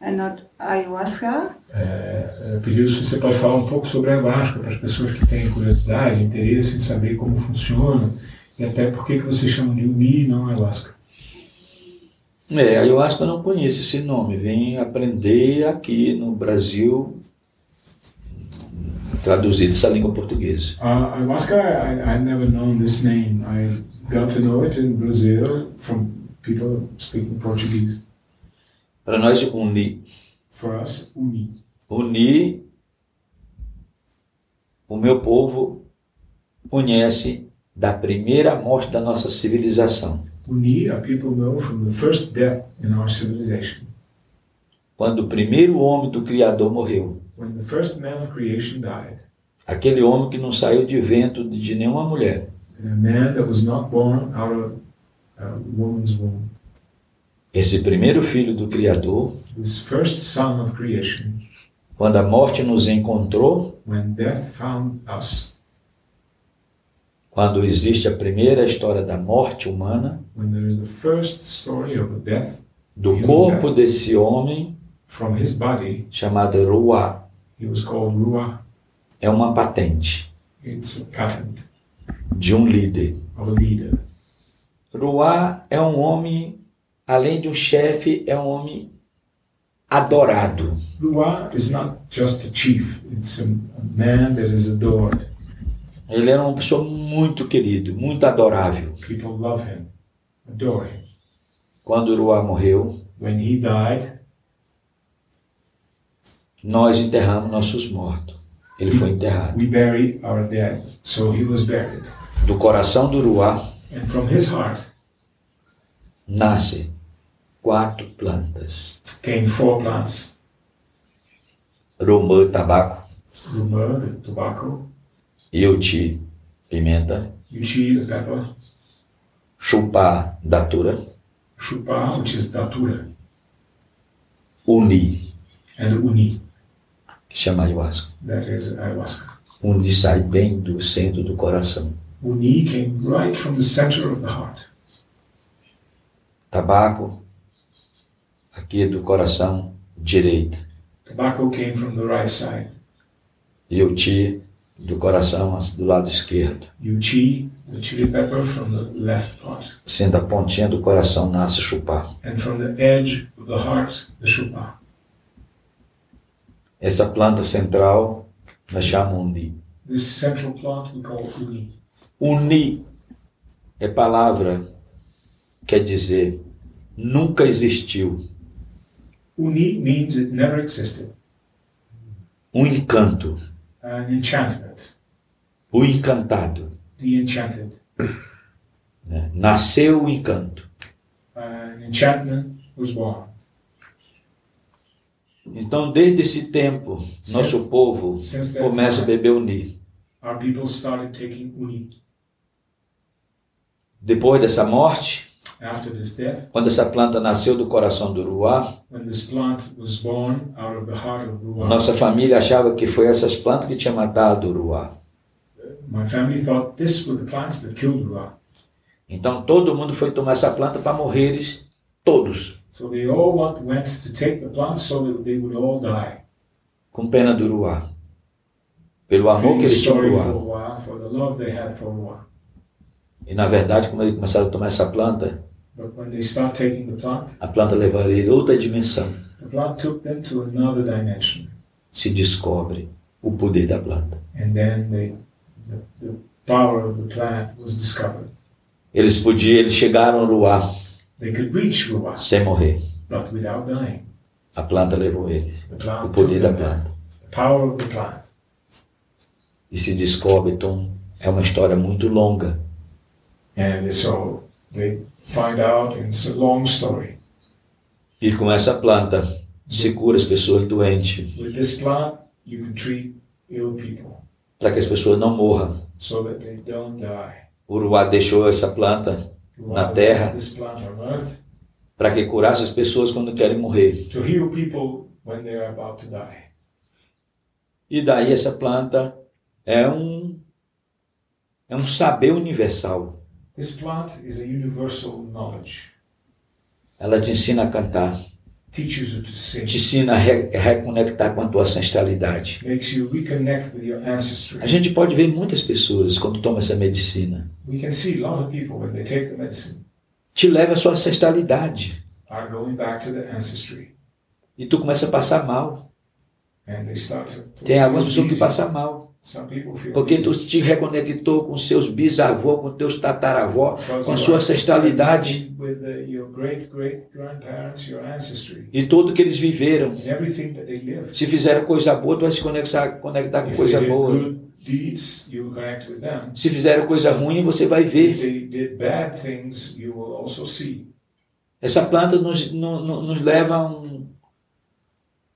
and not ayahuasca?
É, é, pediu se você pode falar um pouco sobre a ayahuasca para as pessoas que têm curiosidade, interesse em saber como funciona e até por que que vocês chamam de uni e não ayahuasca.
É, a ayahuasca eu não conheço esse nome. Vem aprender aqui no Brasil, traduzido essa língua portuguesa.
Uh, ayahuasca, I, I've never known this name. I got to know it in Brazil from people speaking Portuguese.
Para nós, unir,
For us, uni.
unir o meu povo conhece da primeira morte da nossa civilização,
Uni are people know from the first death in our civilization.
quando o primeiro homem do Criador morreu.
When the first man of creation died,
Aquele homem que não saiu de vento de nenhuma mulher.
and a man that was not born out of a woman's womb,
Esse primeiro filho do Criador,
this first son of creation,
quando a morte nos encontrou,
when death found us,
quando existe a primeira história da morte humana,
when there is the first story of the death
do corpo desse homem
from his body,
chamado Ruá.
he was called Ruah.
É uma patente
It's a patent
de um líder.
of a leader.
Ruá é um homem, além de um chefe, é um homem adorado.
Ruah is not just a chief, it's a, a man that is adored.
Ele era uma pessoa muito querido, muito adorável.
People love him, adore him.
Quando Ruá morreu,
When he died,
nós enterramos nossos mortos. Ele foi enterrado.
we bury our dead. So he was buried.
Do coração do Ruá
And from his heart
nascem quatro plantas:
came four plants
romã, tabaco,
rumor, the tobacco,
euti, pimenta,
yuchi, the pepper,
Chupar, datura.
Chupar, which is datura,
Unir,
and uni,
que chama ayahuasca.
that is ayahuasca.
Unir sai bem do centro do coração.
Uni came right from the center of the heart.
Tabaco, aqui é do coração, direita.
Tobacco came from the right side.
E o ti, do coração, do lado esquerdo.
Yuchi, the chili pepper, from the left part.
Sendo a pontinha do coração, nasce chupar.
And from the edge of the heart, the chupa.
Essa planta central, nós chamamos de
This central plant we call uni.
Uni é palavra, quer dizer, nunca existiu.
Uni means it never existed.
Um encanto,
An enchantment.
o encantado.
The enchanted.
né? Nasceu o encanto.
An Uh, enchantment was born.
Então, desde esse tempo,
Sim.
nosso povo
Since that
começa a
time,
beber uni.
our people started taking uni.
Depois dessa morte,
After this death,
quando essa planta nasceu do coração do Uruá,
when this plant was born out of the heart of Ruwa,
nossa família achava que foi essas plantas que tinha matado o Uruá.
my family thought this were the plants that killed Ruwa.
Então, todo mundo foi tomar essa planta para morreres, todos,
So they all want, went to take the plant so that they would all die.
com pena do Uruá. Pelo amor
Feeling
que eles tinham
sorry
Uruá.
for Ruwa, for the love they had for Ruwa.
E na verdade, quando eles começaram a tomar essa planta,
But when they start taking the plant,
a planta levaria ele a outra dimensão.
The plot took them to another dimension,
Se descobre o poder da planta.
and then they, the, the power of the plant was discovered.
Eles podiam, eles chegaram ao luar
They could reach Ruas,
sem morrer.
but without dying.
A planta levou eles.
The
O
plant took
poder da
them there.
planta.
The power of the plant.
E se descobre, então, é uma história muito longa.
And so they find out, and it's a long story.
E com essa planta se cura as pessoas doentes,
With this plant, you can treat ill people
para que as pessoas não morram.
so that they don't die.
O Uruá deixou essa planta Na
Ruwa
terra.
This plant on earth
para que curasse as pessoas quando querem morrer.
to heal people when they are about to die.
E daí essa planta é um é um saber universal.
This plant is a universal knowledge.
Ela te ensina a cantar,
Teaches you to sing.
te ensina a re- reconectar com a tua ancestralidade.
makes you reconnect with your
A
ancestry.
gente pode ver muitas pessoas quando toma essa medicina.
We can see a lot of people when they take the medicine
Te leva à sua ancestralidade
are going back to their ancestry
e tu começa a passar mal.
and they start to. to
Tem
feel
algumas pessoas que
dizzy.
passam mal,
Some people feel
porque tu
dizzy
te reconectou com seus bisavôs, com teus tataravós,
because
com a
you
sua
are
ancestralidade
With the, your great great grandparents, your ancestry,
e tudo que eles viveram.
and everything that they lived.
Se fizeram coisa boa, tu vai se conectar, conectar com
If
Ah, coisa
they did
boa.
good deeds, you will connect with them.
Se fizeram coisa ruim, você vai
If
ver.
they did bad things, you will also see.
Essa planta nos, no- no- nos leva a um.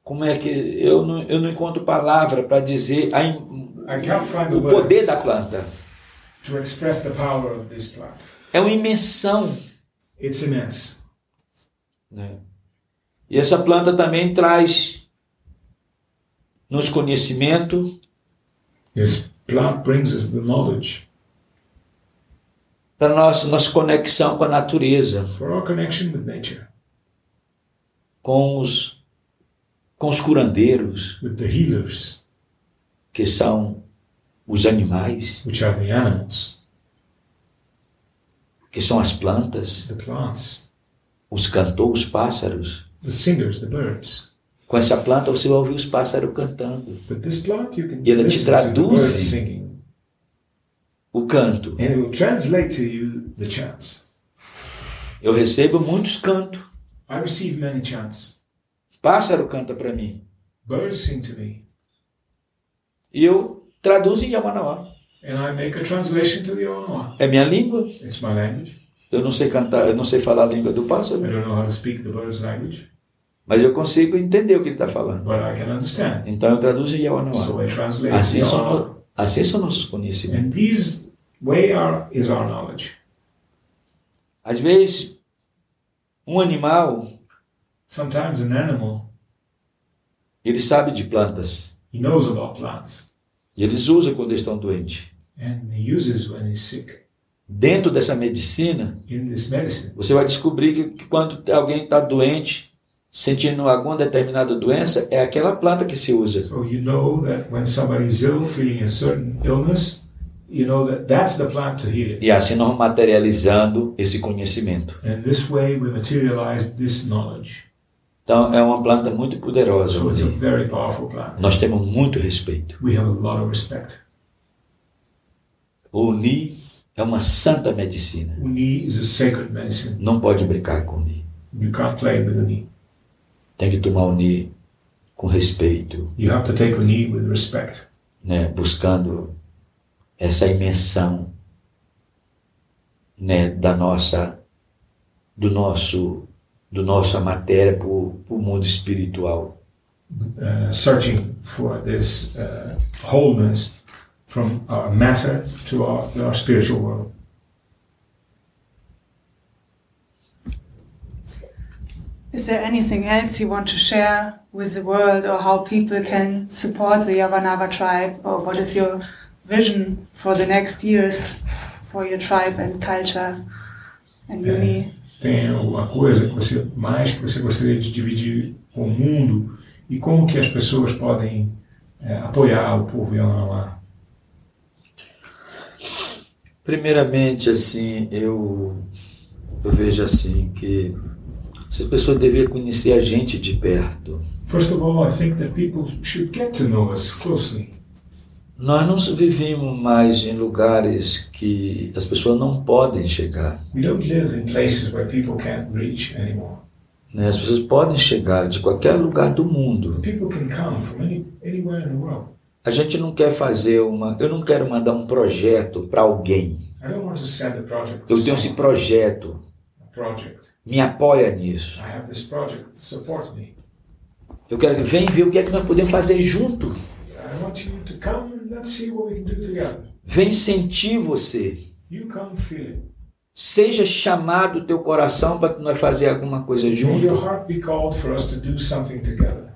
Como é que. Eu não, eu não encontro palavra para dizer a, im-
I can't find the
o poder
words
da planta.
to express the power of this plant.
É uma imensão.
It's immense.
né? E essa planta também traz nos conhecimento,
This plant brings us the knowledge.
para nossa, nossa conexão com a natureza,
for our connection with nature,
com os, com os curandeiros,
with the healers,
que são os animais,
which are the animals,
que são as plantas,
the plants,
os cantores, os pássaros.
the singers, the birds.
Com essa planta você vai ouvir os pássaros cantando.
With this plant, you can
Y ela E te
listen to the
traduce.
birds singing,
o canto.
and it will translate to you the chants.
Eu recebo muitos cantos.
I receive many chants.
Pássaro canta para mim.
Birds sing to me,
E eu traduzo em Yamanawá.
and I make a translation to the Onoa.
É minha língua.
It's my language.
Eu não sei cantar, eu não sei falar a língua do
I
pássaro,
don't know how to speak the bird's language,
mas eu consigo entender o que ele está falando.
but I can understand.
Então eu traduzo em
So
Yamanawá.
I translate
Assim
the
são,
Onoa.
no- assim são nossos conhecimentos.
And these way are is our knowledge.
Às vezes, um animal,
Sometimes an animal,
ele sabe de plantas.
he knows about plants
E eles usam quando estão doentes.
and he uses when he's sick.
Dentro dessa medicina,
In this medicine,
Você vai descobrir que, que quando alguém está doente, sentindo alguma determinada doença, é aquela planta que se usa.
so you know that when somebody's ill, feeling a certain illness, you know that that's the plant to heal it.
E assim nós materializando esse conhecimento.
And this way we materialize this knowledge.
Então é uma planta muito poderosa.
So it's a
Rodrigo.
very powerful plant.
Nós temos muito respeito.
We have a lot of respect.
O Uni é uma santa medicina.
Uni is a sacred medicine.
Não pode brincar com o Uni.
You can't play with Uni.
Tem que tomar o Uni com respeito,
You have to take Uni with respect,
né? buscando essa imensão né? da nossa do nosso do nossa matéria para o mundo espiritual
uh, searching for this uh, wholeness from our matter to our, to our spiritual world.
Is there anything else you want to share with the world or how people can support the Yavanava tribe or what is your vision for the next years for your tribe and culture and
Yeah.
uni?
Tem alguma coisa que você mais que você gostaria de dividir com o mundo e como que as pessoas podem eh, apoiar o povo Yanomami?
Primeiramente, assim, eu, eu vejo assim que as pessoas deveriam conhecer a gente de perto.
First of all, I think that people should get to know us closely.
Nós não vivemos mais em lugares que as pessoas não podem chegar.
We don't live in places where people can't reach anymore.
Né? As pessoas podem chegar de qualquer lugar do mundo.
People can come from any, anywhere in the world.
A gente não quer fazer uma. Eu não quero mandar um projeto para alguém.
I don't want to send a project to
Eu tenho esse
someone.
projeto.
a project.
Me apoia nisso.
I have this project, support me.
Eu quero que venha ver o que é que nós podemos fazer junto.
I want you to come and let's see what we can do together.
Vem sentir você.
You come feel it.
Seja chamado o teu coração para nós fazer alguma coisa
May your
junto.
heart be called for us to do something together.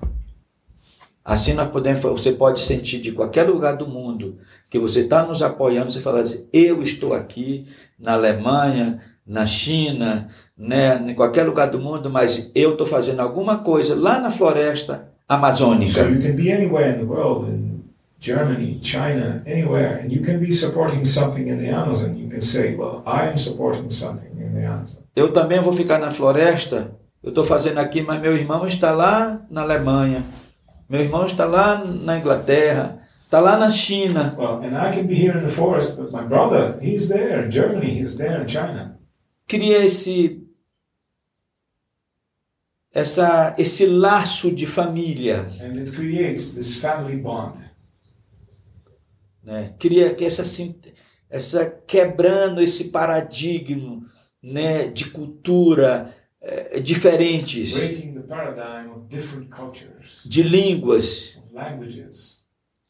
Assim nós podemos, você pode sentir de qualquer lugar do mundo que você está nos apoiando, você fala assim, eu estou aqui na Alemanha, na China, né, em qualquer lugar do mundo, mas eu estou fazendo alguma coisa lá na floresta
So
amazônica.
you can be anywhere in the world, in Germany, China, anywhere, and you can be supporting something in the Amazon. You can say, well, I am supporting something in the Amazon.
Eu também vou ficar na floresta, eu estou fazendo aqui, mas meu irmão está lá na Alemanha, meu irmão está lá na Inglaterra, está lá na China.
Well, and I can be here in the forest, but my brother, he's there in Germany, he's there in China.
cria esse essa esse laço de família,
And it creates this family bond.
né? Cria que essa sin- essa quebrando esse paradigma, né, de cultura eh, diferentes,
breaking the paradigm of different cultures,
de línguas.
of languages.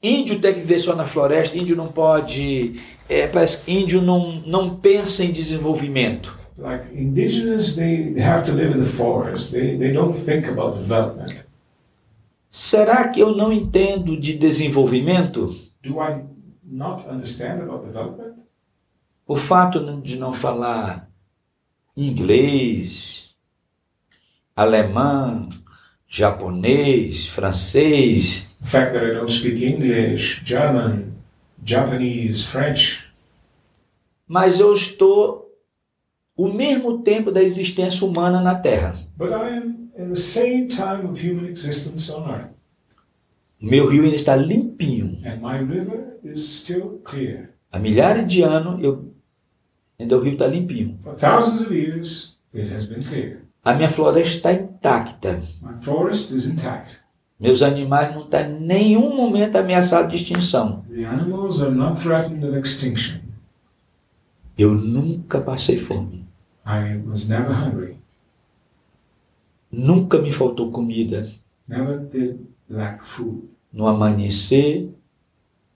Índio tem que ver só na floresta, índio não pode, é, parece que índio não, não pensa em desenvolvimento.
Like indigenous, they have to live in the forest. They, they don't think about development.
Será que eu não entendo de desenvolvimento?
Do I not understand about development?
O fato de não falar inglês, alemão, japonês, francês,
The fact that I don't speak English, German, Japanese, French,
mas eu estou o mesmo tempo da existência humana na Terra.
but I am in the same time of human existence on Earth.
Meu rio ainda está limpinho.
And my river is still clear.
Há milhares de anos eu ainda o rio está limpinho.
For thousands of years, it has been clear.
A minha floresta está intacta.
My forest is intact.
Meus animais não estão em nenhum momento ameaçados de extinção.
The animals are not threatened of extinction.
Eu nunca passei fome.
I was never hungry,
Nunca me faltou comida.
never did lack food
no amanhecer,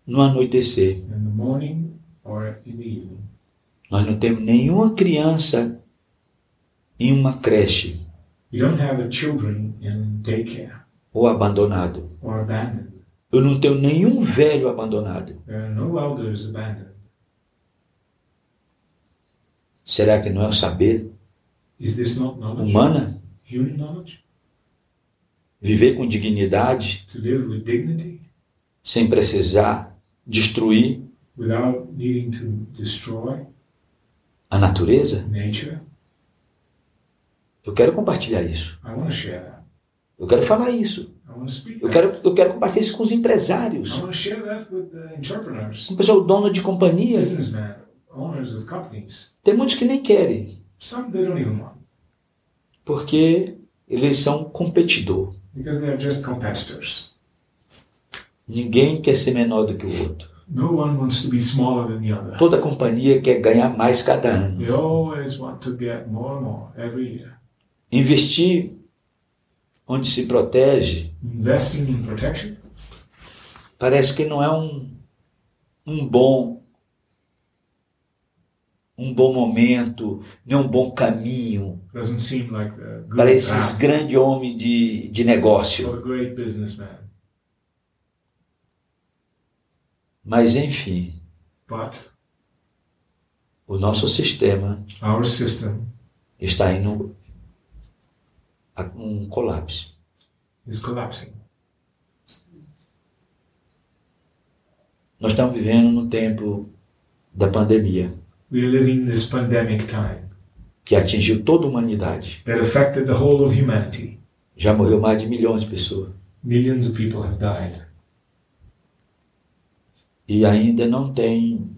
no anoitecer.
in the morning or in the evening.
Nós não temos nenhuma criança em uma creche
You don't have the children in daycare
ou abandonado.
or abandoned.
Eu não tenho nenhum velho abandonado.
There are no elders abandoned.
Será que não é o saber
Is this not knowledge?
humana?
Human knowledge?
Viver com dignidade,
To live with dignity
sem precisar destruir
without needing to destroy
a natureza?
nature?
Eu quero compartilhar isso.
I want to share that.
Eu quero falar isso.
I want to speak
Eu
that.
quero, eu quero compartilhar isso com os empresários,
I want to share that with the entrepreneurs,
com o pessoal dono de companhias.
businessmen, owners of companies.
Tem muitos que nem querem,
Some they don't even want
porque eles são competidor.
because they are just competitors.
Ninguém quer ser menor do que o outro.
No one wants to be smaller than the other.
Toda companhia quer ganhar mais cada ano.
They always want to get more and more every year.
Investir onde se protege
Investing in protection
parece que não é um, um bom um bom momento, nem um bom caminho
doesn't seem like the good
para esses
path
grandes homens de, de negócio.
for the great businessman.
Mas enfim,
But
o nosso sistema
our system
está indo a um colapso.
is collapsing.
Nós estamos vivendo no tempo da pandemia
We are living this pandemic time
que atingiu toda a humanidade.
that affected the whole of humanity.
Já morreu mais de milhões de pessoas
Millions of people have died.
e ainda não tem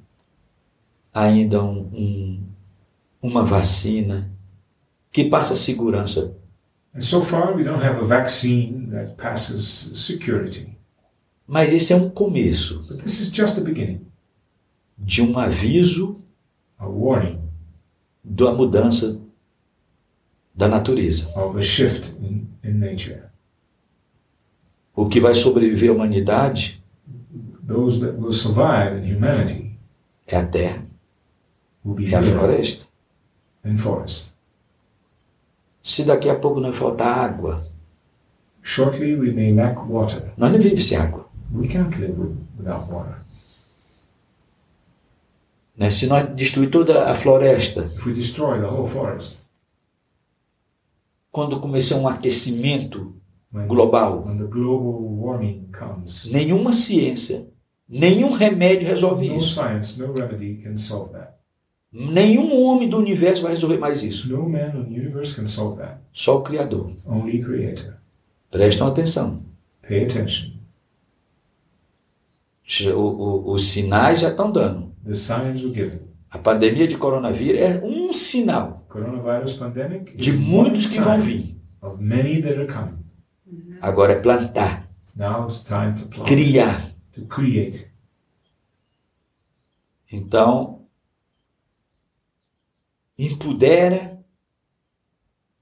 ainda um, um- uma vacina que passa segurança.
And so far, we don't have a vaccine that passes security.
Mas esse é um começo
But this is just the beginning,
de um aviso
a warning
da mudança da natureza.
of a shift in, in nature.
O que vai sobreviver à humanidade
Those that will survive in humanity
é a terra,
will be
é a
here
floresta.
in forest.
Se daqui a pouco não faltar água,
Shortly, we may lack water.
nós não vivemos sem água.
We can't live with, without water.
Né? Se nós destruir toda a floresta,
If we destroy the whole forest,
quando começar um aquecimento
when,
global,
when the global warming comes,
nenhuma ciência, nenhum remédio resolve
no
isso.
science, no remedy can solve that.
Nenhum homem do universo vai resolver mais isso.
No man in the universe can solve that.
Só o Criador.
Only Creator.
Prestam atenção.
Pay attention.
O- o- os sinais já estão dando.
The signs were given.
A pandemia de coronavírus é um sinal
Coronavirus pandemic is
de muitos
one
que vão
sign
vir.
Of many that are coming.
Agora é plantar,
Now it's time to plant,
criar.
to create.
Então, empodera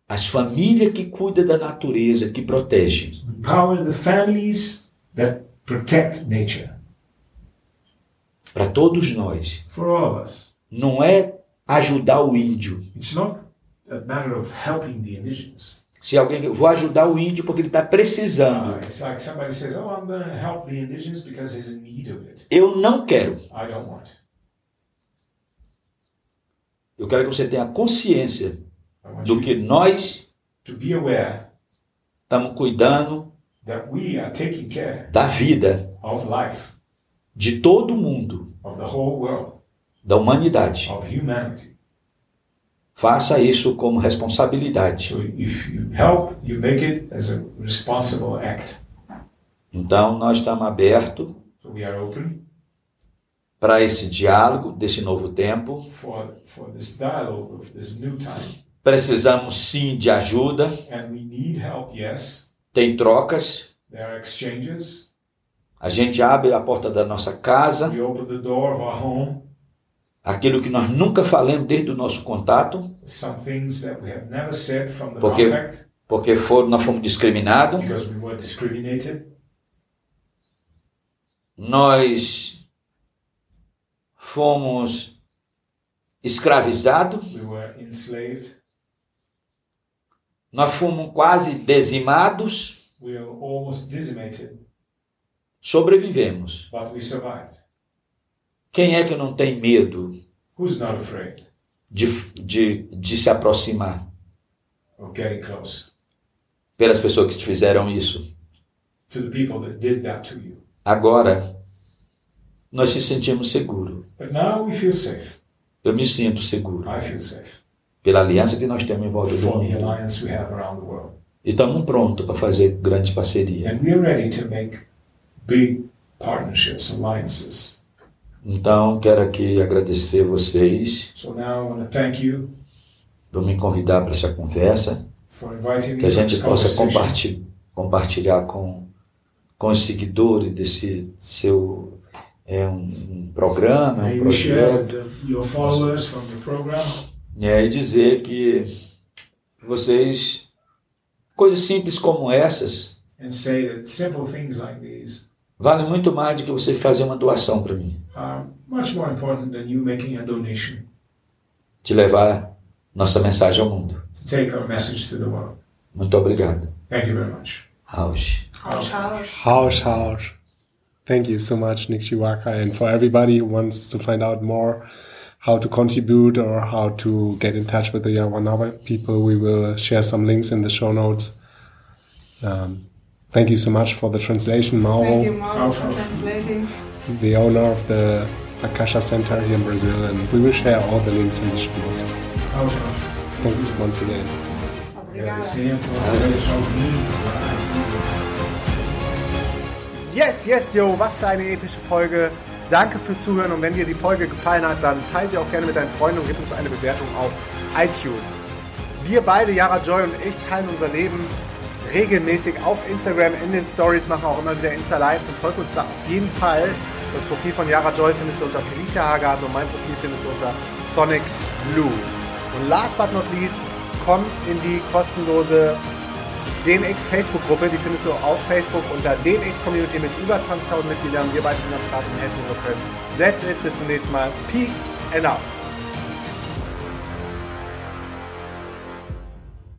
as famílias que cuida da natureza, que protege.
Empower the families that protect nature
para todos nós.
for all of us.
Não é ajudar o índio.
It's not a matter of helping the indigenous.
Se alguém vou ajudar o índio porque ele está
Uh,
precisando,
it's like somebody says, "Oh, I'm going to help the indigenous because he's in need of it."
eu não quero.
I don't want.
Eu quero que você tenha consciência
I want
do
you
que nós
to be aware
estamos cuidando
that we are taking care
da vida
of life,
de todo mundo,
of the whole world,
da humanidade.
of humanity.
Faça isso como responsabilidade.
So if you help, you make it as a responsible act.
Então nós estamos abertos
So we are open
para esse diálogo desse novo tempo.
for for this dialogue of this new time,
Precisamos sim de ajuda.
and we need help. Yes,
Tem trocas.
there are exchanges.
A gente abre a porta da nossa casa.
We open the door of our home.
aquilo que nós nunca falamos desde o nosso contato,
Some things that we have never said from the
Porque-
contact
porque foram, nós fomos discriminados,
because we were discriminated.
nós fomos escravizados,
We were enslaved.
Nós fomos quase dizimados,
We were almost decimated,
sobrevivemos.
but we survived.
Quem é que não tem medo
Who's not afraid
de, de, de se aproximar
of getting close
pelas pessoas que te fizeram isso?
to the people that did that to you?
Agora, nós nos sentimos seguros.
But now we feel safe.
Eu me sinto seguro
I feel safe
pela aliança que nós temos em volta do
for the
mundo.
alliance we have around the world.
E estamos prontos para fazer grandes parcerias.
And we are ready to make big partnerships, alliances.
Então, quero aqui agradecer vocês
So now I want to thank you
por me convidar para essa conversa.
for inviting me
que a
to
gente
this
possa
conversation.
comparti- compartilhar com, com os seguidores desse seu é um, um programa,
May
um
you share
projeto,
with your followers from the program
né, e dizer que vocês, coisas simples como essas,
and say that simple things like these
valem muito mais do que você fazer uma doação para mim,
are much more important than you making a donation
de levar nossa mensagem ao mundo.
to take our message to the world.
Muito obrigado.
Thank you very much.
House.
Hausch, hausch.
Harsh, harsh. Thank you so much, Nikshiwaka. And for everybody who wants to find out more how to contribute or how to get in touch with the Yawanawa people, we will share some links in the show notes. Um, thank you so much for the translation, Mauro,
Thank you, Mauro,
Hausch,
for
hausch.
translating.
the owner of the Akasha Center here in Brazil. And we will share all the links in the show notes.
Out, out.
Thanks once again.
Obrigada.
Agradecer por haver deixado comigo.
Yes, yes, yo, was für eine epische Folge. Danke fürs Zuhören und wenn dir die Folge gefallen hat, dann teile sie auch gerne mit deinen Freunden und gib uns eine Bewertung auf iTunes. Wir beide, Yara Joy und ich, teilen unser Leben regelmäßig auf Instagram in den Stories, machen auch immer wieder Insta-Lives und folgt uns da auf jeden Fall. Das Profil von Yara Joy findest du unter Felicia Hagarten und mein Profil findest du unter Sonic Blue. Und last but not least, komm in die kostenlose DNX Facebook-Gruppe, die findest du auf Facebook unter DNX Community mit über 20.000 Mitgliedern. Wir beide sind am Start und helfen, wo wir können. That's it, bis zum nächsten Mal. Peace and out.